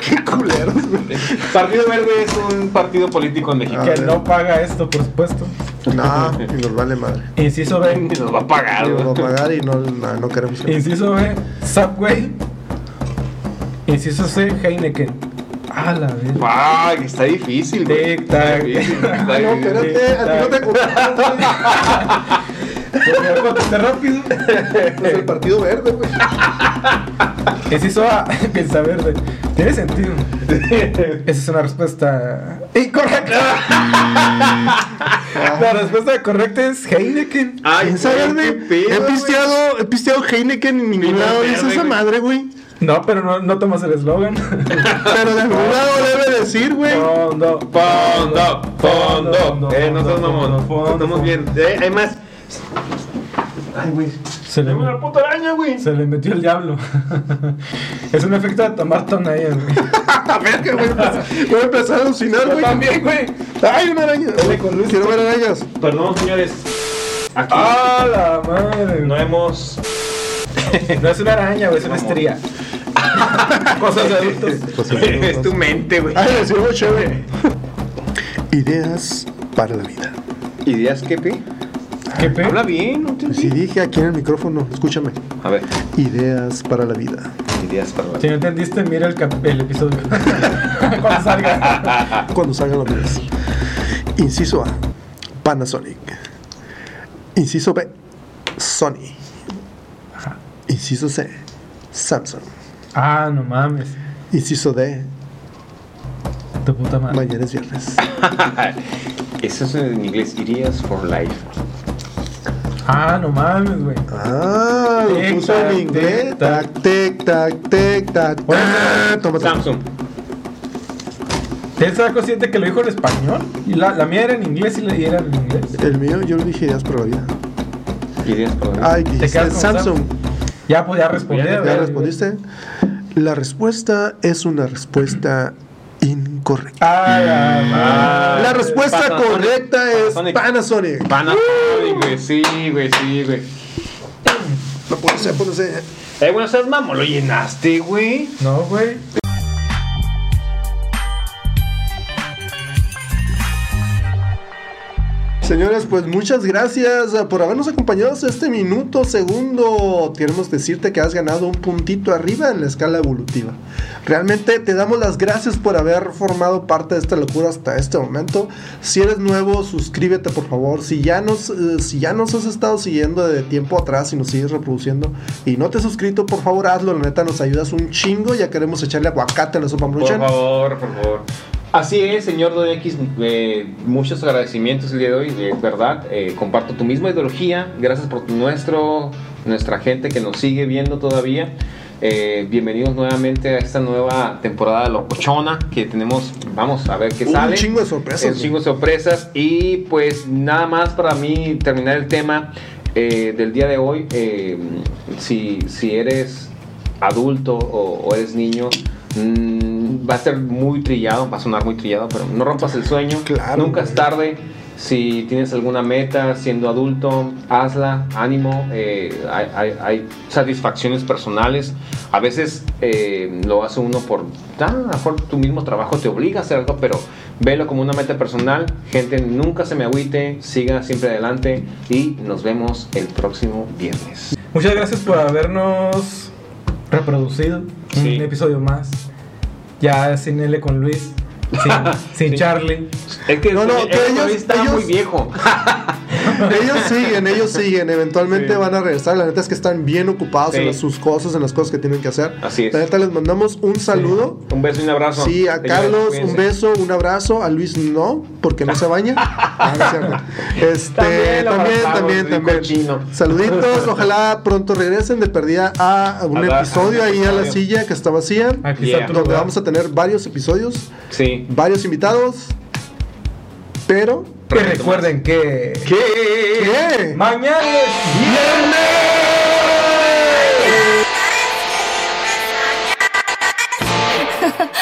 Qué culeros, güey.
Partido Verde es un partido político en México.
que
ver.
no paga esto, por supuesto.
No, y nos vale madre.
Inciso
Ah. Ni
B.
nos va a pagar,
Y nos va a
güey.
pagar y no, no, no queremos. que-
Inciso B. Subway. Inciso C. Heineken. A la vez.
Ay, está difícil, güey.
Tic, tac.
Está difícil, está
Ah, no,
difícil.
espérate, a ti no te contaron, güey.
rápido.
Es pues, el partido verde, güey.
Inciso A. Piensa verde. Tiene sentido. Esa es una respuesta incorrecta. La respuesta correcta es Heineken.
Ay,
¿Quién
güey,
sabe,
qué
güey?
pedo,
He
güey.
pisteado, he pisteado Heineken en
Y no
ningún
es
lado.
verde,
Dice esa
güey.
madre, güey.
No, pero no, no tomas el eslogan.
Pero de algún lado debe decir, güey.
Fondo.
Fondo, fondo. Eh, no seas mamón.
Fondo,
Estamos
fondo.
bien. Eh, hay más. Ay, güey.
Se le,
Tengo una puta araña, güey.
se le metió el diablo. es un efecto de tomar tonallas, güey.
A ver, que voy a empezar- voy a empezar a alucinar, güey.
güey.
Ay, una araña. Quiero ver arañas.
Perdón, señores. Aquí
¡A ¡Ah, la madre!
no
No,
hemos.
es una araña, güey, es una estría. Cosas de adultos.
es Ah, tu mente, güey.
Ay, decimos chévere. Ideas para la vida.
¿Y dirías qué pi?
¿Qué pe?
Habla bien, no te-
Si dije aquí en el micrófono, escúchame.
A ver,
Ideas para la vida.
ideas para la
Si no entendiste, mira el, cap- el episodio. Cuando salga.
Cuando salgan los videos. Inciso A. Panasonic. Inciso B. Sony. Inciso C. Samsung.
Ah, no mames.
Inciso D.
Tu puta madre.
Mañana es viernes.
Eso es en inglés, ideas for life.
Ah, no mames, güey.
Ah, lo
Tic,
puso en
tac, tic,
inglés.
tac.
Tac, tic, tac, tic, tac.
Bueno,
Ah, tómate.
Pues, Samsung.
¿Él se da consciente que lo dijo en español? Y La, la mía era en inglés y la y era en inglés.
El mío, yo le dije ideas para la vida.
Ideas para la vida.
Ay, dijiste
quedas con
Samsung.
Ya, pues ya respondí.
Ya
¿Ya
güey.
respondiste? La respuesta es una respuesta incorrecta.
Ay, ay,
Ah,
ay.
La respuesta
Panasonic.
correcta es
Panasonic.
Panasonic.
Panasonic, güey, sí, güey, sí, güey.
No puede ser, puede ser.
Eh, bueno, seas mamón, lo llenaste, güey.
No, güey.
Señores, pues muchas gracias uh, por habernos acompañado hasta este minuto, segundo. Queremos decirte que has ganado un puntito arriba en la escala evolutiva. Realmente te damos las gracias por haber formado parte de esta locura hasta este momento. Si eres nuevo, suscríbete por favor. Si ya nos, eh, si ya nos has estado siguiendo de tiempo atrás y nos sigues reproduciendo y no te has suscrito, por favor hazlo. La neta nos ayudas un chingo. Ya queremos echarle aguacate a la sopa
Por
maruchan.
favor, por favor. Así es, señor Don X, eh, muchos agradecimientos el día de hoy, de verdad, eh, comparto tu misma ideología, gracias por tu- nuestro, nuestra gente que nos sigue viendo todavía, Eh, bienvenidos nuevamente a esta nueva temporada locochona que tenemos, vamos a ver qué
Un
sale.
chingo de sorpresas.
Es un chingo de sorpresas. Y pues nada más para mí terminar el tema eh, del día de hoy. eh, si, si eres adulto o, o eres niño, mm, va a ser muy trillado, va a sonar muy trillado, pero no rompas el sueño.
Claro,
Nunca
güey.
es tarde. Si tienes alguna meta siendo adulto, hazla, ánimo, eh, hay, hay- hay satisfacciones personales. A veces eh, lo hace uno por, ah, a lo mejor tu mismo trabajo te obliga a hacer algo, pero velo como una meta personal. Gente, nunca se me agüite, siga siempre adelante y nos vemos el próximo viernes.
Muchas gracias por habernos reproducido
Sí.
un episodio más. Ya sin L con Luis, sin, sin
Sí.
Charlie.
Es que
No, no,
el- el
que ellos-
Luis está
ellos-
muy viejo.
Ellos siguen, ellos siguen. Eventualmente van a regresar. La neta es que están bien ocupados
Sí.
en las- sus cosas, en las cosas que tienen que hacer.
Así es.
La neta les mandamos un saludo.
Un beso y un abrazo.
Sí, a
Señores,
Carlos un
cuídense.
beso, un abrazo. A Luis no, porque no se baña. Ah, no es cierto. Este,
También lo
también,
abrazamos,
también,
rico
también.
chino.
Saluditos. Ojalá pronto regresen de perdida a un
A dar-
episodio
a un
ahí a la
episodio.
silla que está vacía.
Aquí
Yeah.
está tu
Donde
lugar.
vamos a tener varios episodios,
Sí.
varios invitados. Pero.
Que recuerden que
¿Qué?
mañana es
¡Viernes!